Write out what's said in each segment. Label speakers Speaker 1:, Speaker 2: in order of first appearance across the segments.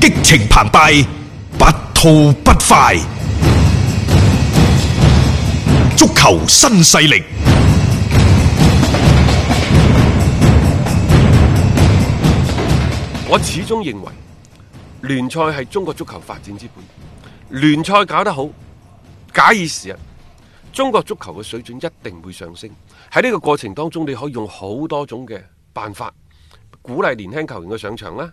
Speaker 1: 激情澎湃，不吐不快。足球新勢力，
Speaker 2: 我始終認為聯賽係中國足球發展之本，聯賽搞得好，假以時日，中國足球嘅水準一定會上升。喺呢個過程當中，你可以用好多種嘅辦法鼓勵年輕球員嘅上場啦。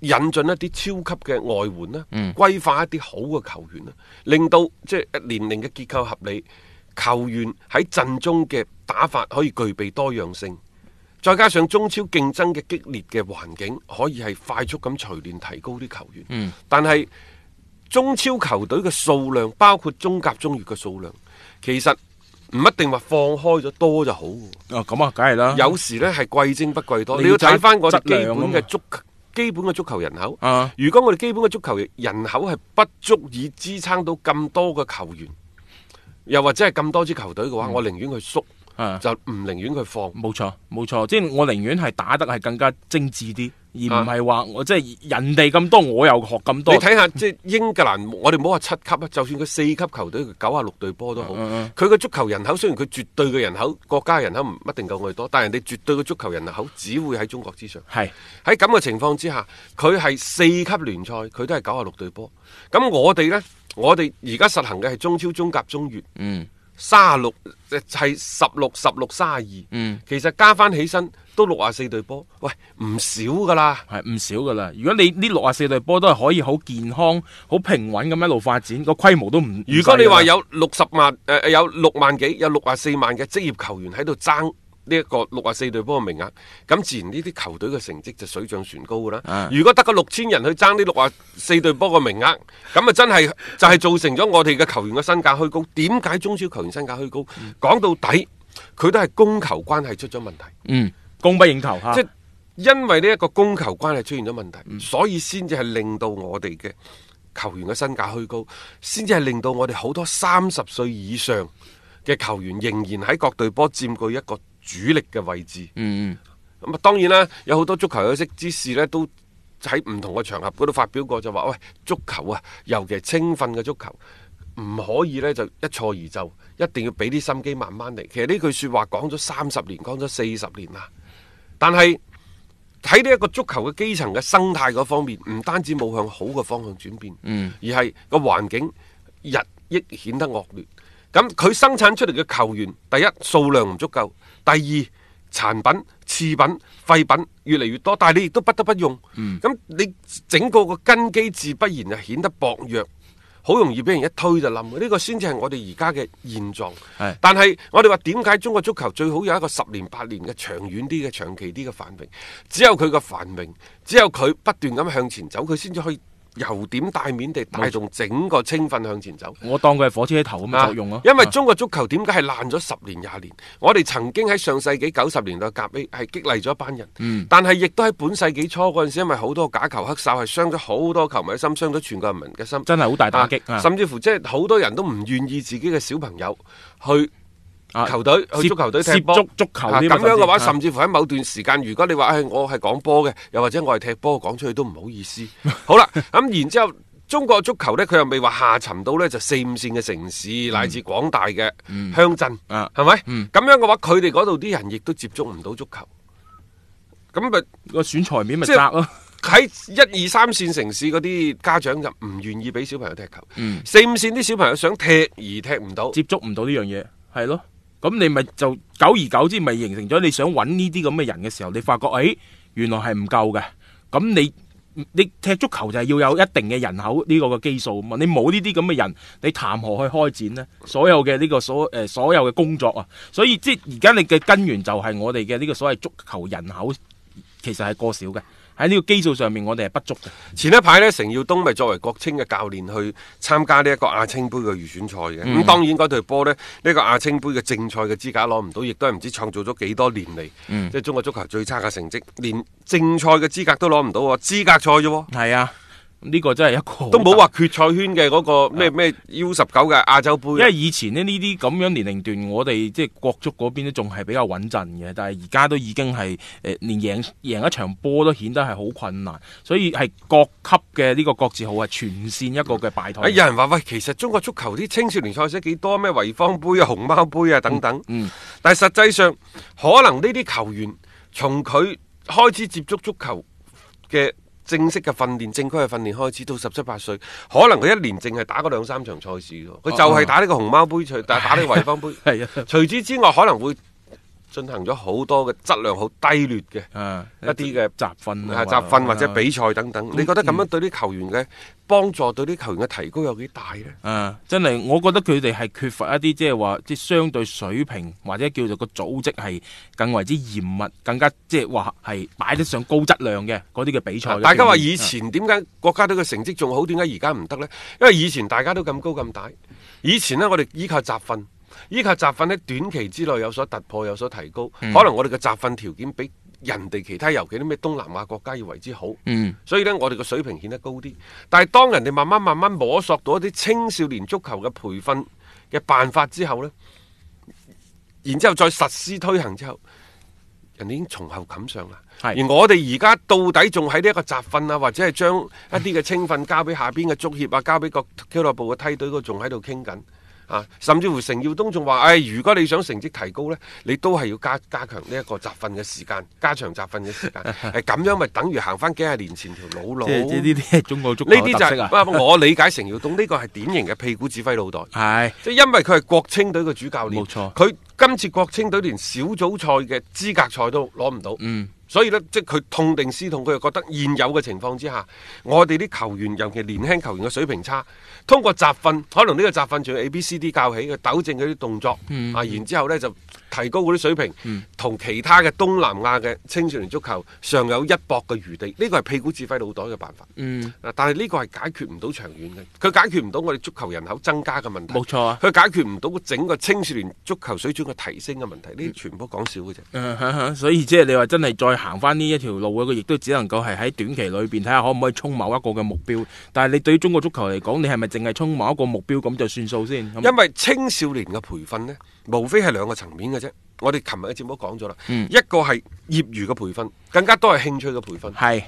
Speaker 2: 引進一啲超級嘅外援啦，規劃一啲好嘅球員啦，令到即係年齡嘅結構合理，球員喺陣中嘅打法可以具備多樣性，再加上中超競爭嘅激烈嘅環境，可以係快速咁錘煉提高啲球員。
Speaker 3: 嗯
Speaker 2: 但係中超球隊嘅數量，包括中甲、中乙嘅數量，其實唔一定話放開咗多就好喎。
Speaker 3: 啊咁啊，梗係啦。
Speaker 2: 有時呢係貴精不貴多，
Speaker 3: 你
Speaker 2: 你要
Speaker 3: 要
Speaker 2: 睇翻我哋
Speaker 3: 質
Speaker 2: 基
Speaker 3: 量啊
Speaker 2: 本
Speaker 3: 嘛
Speaker 2: 嘅足基本嘅足球人口。
Speaker 3: 啊
Speaker 2: 如果我哋基本嘅足球人口係不足以支撐到咁多嘅球員，又或者係咁多支球隊嘅話，我寧願去縮，
Speaker 3: 嗯啊
Speaker 2: 就唔寧願去放。
Speaker 3: 冇錯冇錯，即係我寧願係打得係更加精緻啲，而唔係話我即係人哋咁多，我又學咁多。
Speaker 2: 啊你睇下即係英格蘭，我哋唔好話七級啊，就算佢四級球隊，佢九啊六隊波都好，
Speaker 3: 嗯
Speaker 2: 佢嘅足球人口雖然佢絕對嘅人口國家人口唔一定夠我哋多，但係人哋絕對嘅足球人口只會喺中國之上。
Speaker 3: 係
Speaker 2: 喺咁嘅情況之下，佢係四級聯賽，佢都係九啊六隊波。咁我哋呢，我哋而家實行嘅係中超、中甲、中乙，
Speaker 3: 嗯，
Speaker 2: 三十六係十六、十六、三十二，
Speaker 3: 嗯，
Speaker 2: 其實加翻起身都六啊四隊波，喂，唔少噶啦。
Speaker 3: 係唔少噶啦。如果你呢六啊四隊波都係可以好健康、好平穩咁一路發展，個規模都唔。
Speaker 2: 如果你話
Speaker 3: 有
Speaker 2: 有六十萬，誒、呃、有六萬幾，有六啊四萬嘅職業球員喺度爭呢一個六啊四隊波嘅名額，咁自然呢啲球隊嘅成績就水漲船高噶啦。
Speaker 3: 啊
Speaker 2: 如果得個六千人去爭呢六啊四隊波嘅名額，咁啊真係就係、造成咗我哋嘅球員嘅身價虛高。點解中超球員身價虛高？講、到底，佢都係供求關係出咗問題。
Speaker 3: 嗯供不應求嚇，
Speaker 2: 即係因為呢一個供求關係出現咗問題，嗯所以先至係令到我哋嘅球員嘅身價虛高，先至係令到我哋好多三十歲以上嘅球員仍然喺各隊波佔據一個主力嘅位置。
Speaker 3: 嗯嗯
Speaker 2: 咁啊，當然啦，有好多足球有識之士呢，都喺唔同嘅場合嗰度發表過，就話喂，足球啊，尤其係青訓嘅足球，唔可以呢就一蹴而就，一定要俾啲心機慢慢嚟。其實呢句説話講咗三十年，講咗四十年啦，但係。喺呢一個足球嘅基層嘅生態嗰方面，唔單止冇向好嘅方向轉變，
Speaker 3: 嗯
Speaker 2: 而係個環境日益顯得惡劣。咁佢生產出嚟嘅球員，第一數量唔足夠，第二殘品、次品、廢品越嚟越多，但係你亦都不得不用。咁、你整個個根基自不然就顯得薄弱。好容易俾人一推就冧嘅，呢、個先至係我哋而家嘅現狀
Speaker 3: 係。
Speaker 2: 但係我哋話點解中國足球最好有一個十年八年嘅長遠啲嘅長期啲嘅繁榮？只有佢嘅繁榮，只有佢不斷咁向前走，佢先至可以由點帶面地帶動整個青訓向前走。
Speaker 3: 嗯我當佢係火車頭咁嘅作用咯
Speaker 2: 啊。因為
Speaker 3: 啊
Speaker 2: 中國足球點解係爛咗十年廿年？我哋曾經喺上世紀九十年代嘅甲 A 係激勵咗一班人，
Speaker 3: 嗯
Speaker 2: 但係亦都喺本世紀初嗰陣時，因為好多假球黑哨係傷咗好多球迷嘅心，傷咗全國人民嘅心，
Speaker 3: 真係好大打擊
Speaker 2: 啊
Speaker 3: 啊
Speaker 2: 甚至乎即係好多人都唔願意自己嘅小朋友去。
Speaker 3: 啊
Speaker 2: 球隊去
Speaker 3: 涉
Speaker 2: 足球隊踢
Speaker 3: 涉
Speaker 2: 波，
Speaker 3: 足足球
Speaker 2: 啊咁
Speaker 3: 添啊
Speaker 2: 樣嘅話，
Speaker 3: 甚
Speaker 2: 甚至乎喺某段時間，如果你話唉，我係講波嘅，又或者我係踢波，講出去都唔好意 思。好啦，咁然之後。中國足球呢，佢又未話下沉到呢，就四五線嘅城市、乃至廣大嘅鄉鎮，
Speaker 3: 啊
Speaker 2: 係咪？咁、樣嘅話，佢哋嗰度啲人亦都接觸唔到足球，咁咪
Speaker 3: 個選材面咪
Speaker 2: 即
Speaker 3: 窄
Speaker 2: 係
Speaker 3: 咯。
Speaker 2: 喺一二三線城市嗰啲家長就唔願意俾小朋友踢球，四五線啲小朋友想踢而踢唔到，
Speaker 3: 接觸唔到呢樣嘢，係咯。咁你咪就久而久之咪形成咗你想揾呢啲咁嘅人嘅時候，你發覺誒、哎原來係唔夠嘅。咁你你踢足球就係要有一定嘅人口呢個嘅基數啊嘛。你冇呢啲咁嘅人，你談何去開展呢？所有嘅呢個所誒、呃所有嘅工作啊，所以即係而家你嘅根源就係我哋嘅呢個所謂足球人口其實係過少嘅。喺呢個基數上面，我哋係不足嘅。
Speaker 2: 前一排咧，成耀東咪作為國青嘅教練去參加呢一個亞青杯嘅預選賽嘅。咁、當然嗰隊波呢，呢、個亞青杯嘅正賽嘅資格攞唔到，亦都係唔知創造咗幾多年嚟，即係中國足球最差嘅成績，連正賽嘅資格都攞唔到喎，資格賽啫喎。
Speaker 3: 係啊，呢個真係一個
Speaker 2: 都冇
Speaker 3: 好
Speaker 2: 話決賽圈嘅嗰個咩咩 U 十九嘅亞洲杯啊
Speaker 3: 因為以前呢呢啲咁樣年齡段，我哋即係國足嗰邊都仲係比較穩陣嘅，但係而家都已經係誒、呃、連贏贏一場波都顯得係好困難，所以係各級嘅呢個國字號係全線一個嘅敗
Speaker 2: 啊！
Speaker 3: 退。
Speaker 2: 有人話喂，其實中國足球啲青少年賽事幾多咩濰坊杯啊、熊貓杯啊等等。
Speaker 3: 嗯
Speaker 2: 但係實際上，可能呢啲球員從佢開始接觸足球嘅正式嘅訓練、正規嘅訓練開始，到十七八歲，可能佢一年淨係打嗰兩三場賽事嘅喎佢就係打呢個熊貓杯， 除打打呢個濰坊杯。
Speaker 3: 哦係啊
Speaker 2: 除此之外，可能會進行咗好多嘅質量好低劣嘅。
Speaker 3: 啊
Speaker 2: 一啲嘅
Speaker 3: 集訓
Speaker 2: 係集訓或者
Speaker 3: 啊
Speaker 2: 比賽等等，你覺得
Speaker 3: 嗯
Speaker 2: 咁樣對啲球員嘅幫助，對啲球員嘅提高有幾大呢？
Speaker 3: 啊，真係，我覺得佢哋係缺乏一啲即係話，即係相對水平或者叫做個組織係更為之嚴密，更加即係話係擺得上高質量嘅嗰啲嘅比賽嘅表現。
Speaker 2: 大家話以
Speaker 3: 啊
Speaker 2: 前點解國家隊嘅成績仲好，點解而家唔得呢？因為以前大家都咁高咁大，以前呢，我哋依靠集訓，依靠集訓呢，短期之內有所突破，有所提高，可能我哋嘅集訓條件比人哋其他尤其啲咩東南亞國家要為之好。
Speaker 3: 嗯
Speaker 2: 所以呢，我哋嘅水平顯得高啲。但係當人哋慢慢慢慢摸索到一啲青少年足球嘅培訓嘅辦法之後呢，然之後再實施推行之後，人哋已經從後冚上啦。而
Speaker 3: 係
Speaker 2: 我哋而家到底仲喺呢一個集訓啊，或者係將一啲嘅青訓交俾下邊嘅足協啊，交俾各俱樂部嘅梯隊嗰度，仲喺度傾緊。啊，甚至乎成耀東仲話：，誒、哎如果你想成績提高呢，你都係要加加強呢一個集訓嘅時間，加長集訓嘅時間。誒咁樣咪等於行翻幾廿年前條老路。
Speaker 3: 即係即係呢啲係中國足球
Speaker 2: 呢啲
Speaker 3: 嘅
Speaker 2: 就
Speaker 3: 特色啊，
Speaker 2: 係、我理解成耀東呢個係典型嘅屁股指揮腦袋。
Speaker 3: 係
Speaker 2: 即係因為佢係國青隊嘅主教練，
Speaker 3: 冇錯
Speaker 2: 佢今次國青隊連小組賽嘅資格賽都攞唔到，
Speaker 3: 嗯
Speaker 2: 所以呢，即係佢痛定思痛，佢就覺得現有嘅情況之下，我哋啲球員，尤其年輕球員嘅水平差，通過集訓，可能呢個集訓仲要 A、B、C、D 教起，去糾正嗰啲動作，
Speaker 3: 嗯
Speaker 2: 啊，然之後呢，就提高嗰啲水平
Speaker 3: 嗯，
Speaker 2: 同、其他嘅東南亞嘅青少年足球尚有一搏嘅餘地，呢個係屁股指揮腦袋嘅辦法。
Speaker 3: 嗯，
Speaker 2: 啊但係呢個係解決唔到長遠嘅，佢解決唔到我哋足球人口增加嘅問題。
Speaker 3: 冇錯啊。
Speaker 2: 佢解決唔到整個青少年足球水準嘅提升嘅問題，呢啲全部講笑嘅啫。
Speaker 3: 嗯哼哼所以即係你話真係再行翻呢一條路嘅，佢亦都只能夠係喺短期裏邊睇下可唔可以衝某一個嘅目標。但係你對於中國足球嚟講，你係咪淨係衝某一個目標咁就算數先？咁
Speaker 2: 因為青少年嘅培訓呢，無非係兩個層面嘅啫。我哋琴日嘅節目都講咗啦，
Speaker 3: 嗯
Speaker 2: 一個係業餘嘅培訓，更加多係興趣嘅培訓；
Speaker 3: 係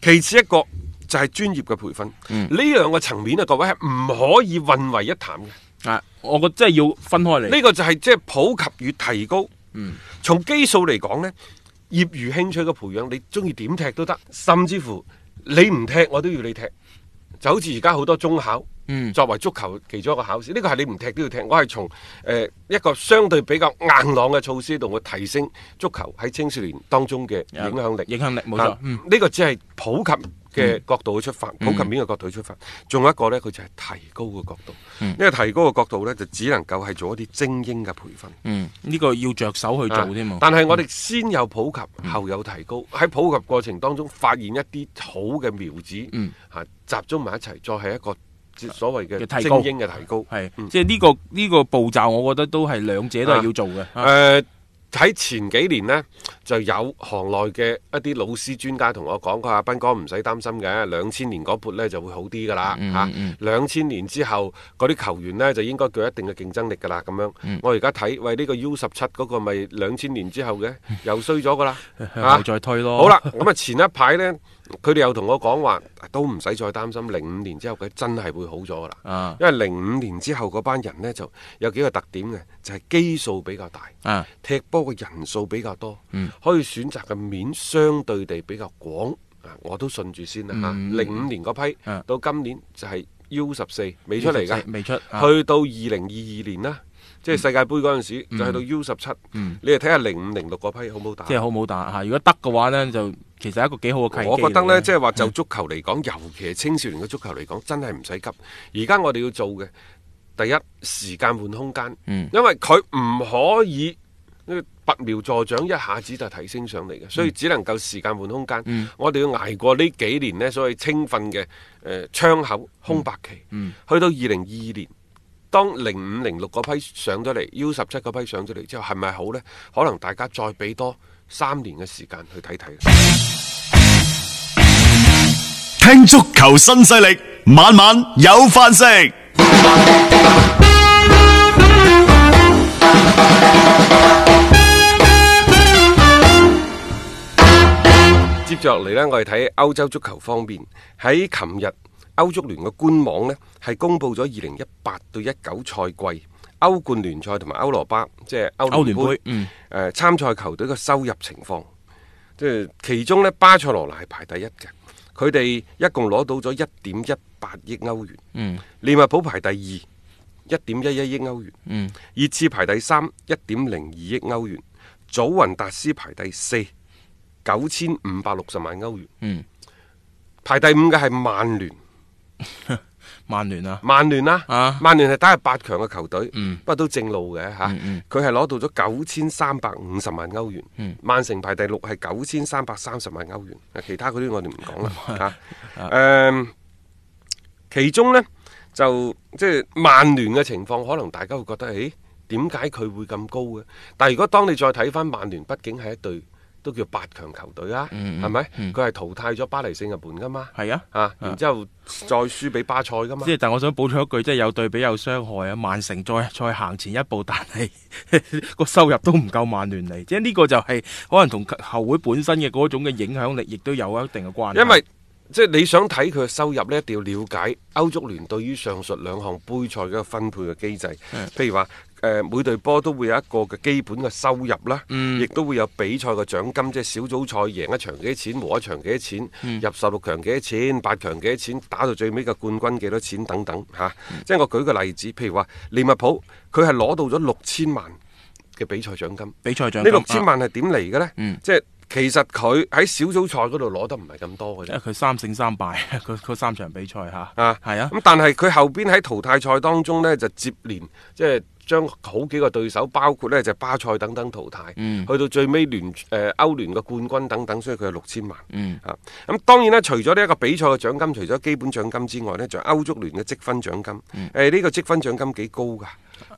Speaker 2: 其次一個就係專業嘅培訓。呢、
Speaker 3: 嗯
Speaker 2: 兩個層面啊，各位係唔可以混為一談嘅。
Speaker 3: 啊，我覺得真係要分開嚟。
Speaker 2: 呢個就係即係普及與提高。
Speaker 3: 嗯，
Speaker 2: 從基數嚟講呢，業餘興趣嘅培養，你中意點踢都得，甚至乎你唔踢我都要你踢。就好似而家好多中考，
Speaker 3: 嗯
Speaker 2: 作為足球其中一個考試，呢、個係你唔踢都要踢。我係從誒、呃一個相對比較硬朗嘅措施度，去提升足球喺青少年當中嘅影響力。
Speaker 3: 嗯影響力冇
Speaker 2: 啊
Speaker 3: 錯。嗯
Speaker 2: 呢個只係普及嘅角度去出發，
Speaker 3: 嗯
Speaker 2: 普及面嘅角度去出發。仲有一個呢，佢就係提高嘅角度。
Speaker 3: 嗯
Speaker 2: 呢個提高嘅角度呢，就只能夠係做一啲精英嘅培訓。
Speaker 3: 嗯，呢個要着手去做添
Speaker 2: 啊
Speaker 3: 嘛。嗯
Speaker 2: 但係我哋先有普及，後有提高。喺普及過程當中，發現一啲好嘅苗子，
Speaker 3: 嗯啊
Speaker 2: 啊集中埋一齊，再係一個即所謂
Speaker 3: 嘅
Speaker 2: 嘅
Speaker 3: 提高
Speaker 2: 精英嘅提高。
Speaker 3: 係
Speaker 2: 嗯
Speaker 3: 即係呢個呢個步驟，我覺得都係兩者都係要做嘅。啊
Speaker 2: 誒呃喺前幾年呢，就有行內嘅一啲老師專家同我講，佢話斌哥唔使擔心嘅，兩千年嗰撥呢就會好啲噶啦
Speaker 3: 嗯
Speaker 2: 嚇
Speaker 3: 嗯。
Speaker 2: 兩千、年之後嗰啲球員呢，就應該具一定嘅競爭力噶啦咁樣。
Speaker 3: 嗯
Speaker 2: 我而家睇，喂呢、個 U 十七嗰個咪兩千年之後 嘅又衰咗噶啦
Speaker 3: 向後再推咯。
Speaker 2: 好啦，咁啊前一排呢，佢哋又同我講話，都唔使再擔心，零五年之後佢真係會好咗噶啦。
Speaker 3: 啊
Speaker 2: 因為零五年之後嗰班人呢，就有幾個特點嘅，就係、基數比較大。
Speaker 3: 啊，
Speaker 2: 踢波嘅人數比較多，
Speaker 3: 嗯
Speaker 2: 可以選擇嘅面相對地比較廣。啊，我都順住先啦嚇。
Speaker 3: 嗯
Speaker 2: 零五、年嗰批、
Speaker 3: 啊
Speaker 2: 到今年就係 U 十四未出嚟㗎，
Speaker 3: 未出。啊
Speaker 2: 去到二零二二年啦，即係世界盃嗰陣時、就去到 U 十七、
Speaker 3: 嗯
Speaker 2: 你哋睇下零五零六嗰批好唔好打
Speaker 3: 即？係好唔好打吓？啊如果得嘅話呢，就其實係一個幾好嘅契機嚟嘅。
Speaker 2: 我覺得呢，即係話就足球嚟講，尤其係青少年嘅足球嚟講，真係唔使急。而家我哋要做嘅，第一時間換空間，
Speaker 3: 嗯
Speaker 2: 因為佢唔可以呢個拔苗助長，一下子就提升上嚟嘅，所以只能夠時間換空間。
Speaker 3: 嗯
Speaker 2: 我哋要捱過呢幾年呢，所謂青訓嘅誒、呃窗口空白期，
Speaker 3: 嗯
Speaker 2: 去到二零二二年。當零五零六嗰批上咗嚟，U 十七嗰批上咗嚟之後，係咪好呢？可能大家再俾多三年嘅時間去睇睇。
Speaker 4: 聽足球新勢力，晚晚有飯食。
Speaker 2: 接着落嚟呢，我哋睇歐洲足球方面，喺琴日歐足聯嘅官網呢，係公布咗二零一八到一九賽季歐冠聯賽同埋歐羅巴，即係歐聯
Speaker 3: 歐聯
Speaker 2: 杯
Speaker 3: 杯，嗯
Speaker 2: 誒參賽球隊嘅收入情況。即係其中呢，巴塞羅那係排第一嘅，佢哋一共攞到咗一點一八億歐元。
Speaker 3: 嗯，
Speaker 2: 利物浦排第二，一點一一億歐元。
Speaker 3: 嗯，
Speaker 2: 熱刺排第三，一點零二億歐元。祖雲達斯排第四，九千五百六十萬歐元。
Speaker 3: 嗯，
Speaker 2: 排第五嘅係曼聯，
Speaker 3: 曼聯啊，
Speaker 2: 曼聯啦、
Speaker 3: 啊
Speaker 2: 曼聯係打入八強嘅球隊，
Speaker 3: 嗯
Speaker 2: 不過都正路嘅吓，佢係攞到咗九千三百五十萬歐元，
Speaker 3: 嗯
Speaker 2: 曼城排第六係九千三百三十萬歐元，啊其他嗰啲我哋唔 講啦
Speaker 3: 啊
Speaker 2: 吓，誒、其中呢，就即係曼聯嘅情況，可能大家會覺得，誒點解佢會咁高嘅？但係如果當你再睇翻曼聯，畢竟係一隊都叫八強球隊啊，係咪、佢係淘汰咗巴黎聖日門噶嘛，
Speaker 3: 係嗯啊
Speaker 2: 啊，然之後再輸俾巴塞噶嘛
Speaker 3: 即。係但我想補充一句，即係有對比有傷害啊！曼城再 再行前一步，但係 個收入都唔夠曼聯嚟，即係呢個就係可能同球會本身嘅嗰種嘅影響力，亦都有一定嘅關係。
Speaker 2: 因為即係你想睇佢嘅收入呢，一定要了解歐足聯對於上述兩項杯賽嘅分配嘅機制。
Speaker 3: 嗯
Speaker 2: 譬如話，誒、呃每隊波都會有一個嘅基本嘅收入啦，亦、
Speaker 3: 嗯
Speaker 2: 都會有比賽嘅獎金，即係小組賽贏一場幾多錢，和一場幾多錢，
Speaker 3: 嗯
Speaker 2: 入十六強幾多錢，八強幾多錢，打到最尾嘅冠軍幾多錢等等嚇。
Speaker 3: 嗯
Speaker 2: 即係我舉個例子，譬如話利物浦，佢係攞到咗六千萬嘅比賽獎金。
Speaker 3: 比賽獎金
Speaker 2: 呢六千
Speaker 3: 啊
Speaker 2: 萬係點嚟嘅呢？
Speaker 3: 嗯
Speaker 2: 即係其實佢喺小組賽嗰度攞得唔係咁多嘅
Speaker 3: 因
Speaker 2: 啫
Speaker 3: 為。佢三勝三敗， 佢佢三場比賽嚇，
Speaker 2: 啊，
Speaker 3: 啊係啊，
Speaker 2: 咁但係佢後邊喺淘汰賽當中呢，就接連即係將好幾個對手，包括呢就巴塞等等淘汰，
Speaker 3: 嗯
Speaker 2: 去到最尾聯誒歐聯嘅冠軍等等，所以佢係六千萬。
Speaker 3: 嗯
Speaker 2: 啊，咁當然啦，除咗呢一個比賽嘅獎金，除咗基本獎金之外呢，仲有歐足聯嘅積分獎金。誒呢、
Speaker 3: 嗯
Speaker 2: 個積分獎金幾高㗎？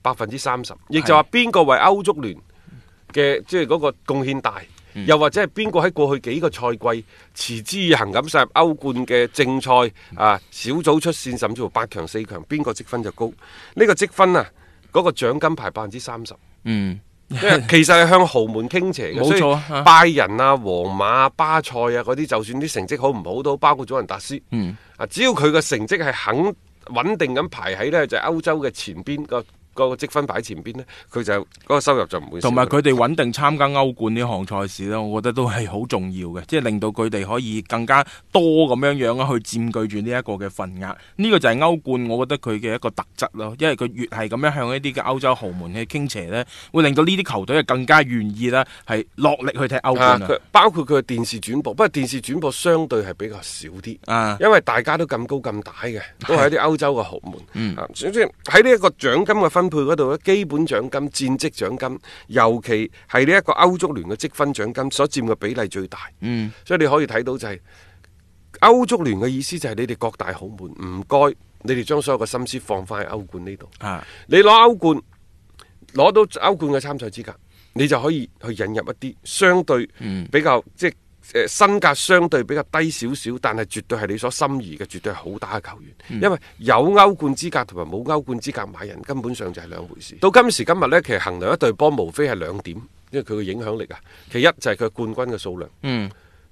Speaker 2: 百分之三十，亦就話邊個為歐足聯嘅即係嗰個貢獻大，
Speaker 3: 嗯
Speaker 2: 又或者係邊個喺過去幾個賽季持之以恒咁殺入歐冠嘅正賽啊，小組出線甚至乎八強、四強，邊個積分就高？呢、個積分啊，嗰、個獎金排百分之三 十。
Speaker 3: 嗯。
Speaker 2: 因為其實係向豪門傾斜嘅，
Speaker 3: 冇錯啊
Speaker 2: 所以
Speaker 3: 啊
Speaker 2: 拜仁啊、皇馬、巴塞啊嗰啲，就算啲成績好唔好都好，包括祖雲達斯，
Speaker 3: 嗯
Speaker 2: 啊，只要佢嘅成績係肯穩定咁排喺呢，就係歐洲嘅前邊個個積分擺喺前邊呢，佢就嗰、個收入就唔會少
Speaker 3: 同埋佢哋穩定參加歐冠呢項賽事呢，我覺得都係好重要嘅，即係令到佢哋可以更加多咁樣樣啊，去佔據住呢一個嘅份額。呢個就係歐冠，我覺得佢嘅一個特質咯，因為佢越係咁樣向一啲嘅歐洲豪門去傾斜呢，會令到呢啲球隊係更加願意啦，係落力去踢歐
Speaker 2: 啊
Speaker 3: 冠啊
Speaker 2: 佢包括佢嘅電視轉播，不過電視轉播相對係比較少啲。
Speaker 3: 啊！
Speaker 2: 因為大家都咁高咁大嘅，都係一啲歐洲嘅豪門。啊，所以喺呢一個獎金嘅分配嗰度咧，基本獎金、戰績獎金，尤其係呢一個歐足聯嘅積分獎金所佔嘅比例最大。
Speaker 3: 嗯，
Speaker 2: 所以你可以睇到就係、歐足聯嘅意思就係你哋各大豪門唔該，你哋將所有嘅心思放翻喺歐冠呢度。
Speaker 3: 啊，
Speaker 2: 你攞歐冠，攞到歐冠嘅參賽資格，你就可以去引入一啲相對比較、即係誒身價相對比較低少少，但係絕對係你所心儀嘅，絕對係好打嘅球員。因為有歐冠資格同埋冇歐冠資格買人，根本上就係兩回事。到今時今日呢，其實衡量一隊波無非係兩點，因為佢嘅影響力啊。其一就係佢冠軍嘅數量。
Speaker 3: 嗯，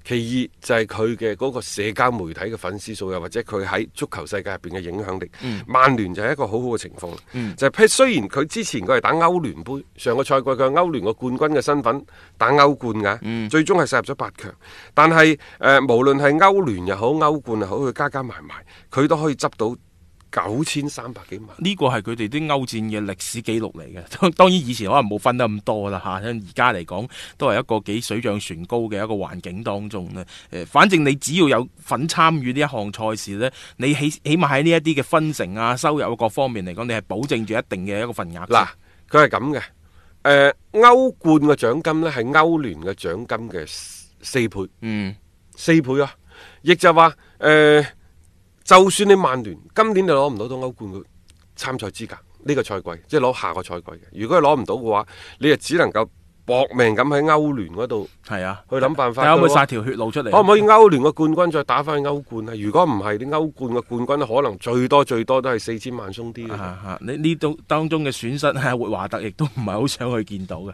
Speaker 2: 其二就係佢嘅嗰個社交媒體嘅粉絲數，又或者佢喺足球世界入邊嘅影響力。曼聯就係一個好好嘅情況，就係譬如雖然佢之前佢係打歐聯杯，上個賽季佢係歐聯個冠軍嘅身份打歐冠㗎，最終係殺入咗八強。但係誒、呃，無論係歐聯又好，歐冠又好，佢加加埋埋，佢都可以執到九千三百幾萬。
Speaker 3: 呢個係佢哋啲歐戰嘅歷史記錄嚟嘅。 當當然以前可能冇分得咁多啦嚇，因為而家嚟講都係一個幾水漲船高嘅一個環境當中咧。誒、反正你只要有份參與呢一項賽事呢，你起起碼喺呢一啲嘅分成啊、收入啊各方面嚟講，你係保證住一定嘅一個份額。
Speaker 2: 嗱，，佢係咁嘅。誒、呃歐冠嘅獎金呢係歐聯嘅獎金嘅四四倍。
Speaker 3: 嗯
Speaker 2: 四倍啊！亦就話誒、呃就算你曼聯今年你攞唔攞到歐冠嘅參賽資格，呢、個賽季即係攞下個賽季嘅。如果係攞唔到嘅話，你就只能夠搏命咁喺歐聯嗰度
Speaker 3: 系啊，
Speaker 2: 去諗辦
Speaker 3: 睇
Speaker 2: 法
Speaker 3: 下可唔可以
Speaker 2: 㗎喎
Speaker 3: 撒條血路出嚟？
Speaker 2: 可唔可以歐聯嘅冠軍再打翻去歐冠啊？如果唔係，啲歐冠嘅冠軍可能最多最多都係四千萬鬆啲嘅啫。
Speaker 3: 啊啊！呢呢度當中嘅損失啊，活華特亦都唔係好想去見到嘅。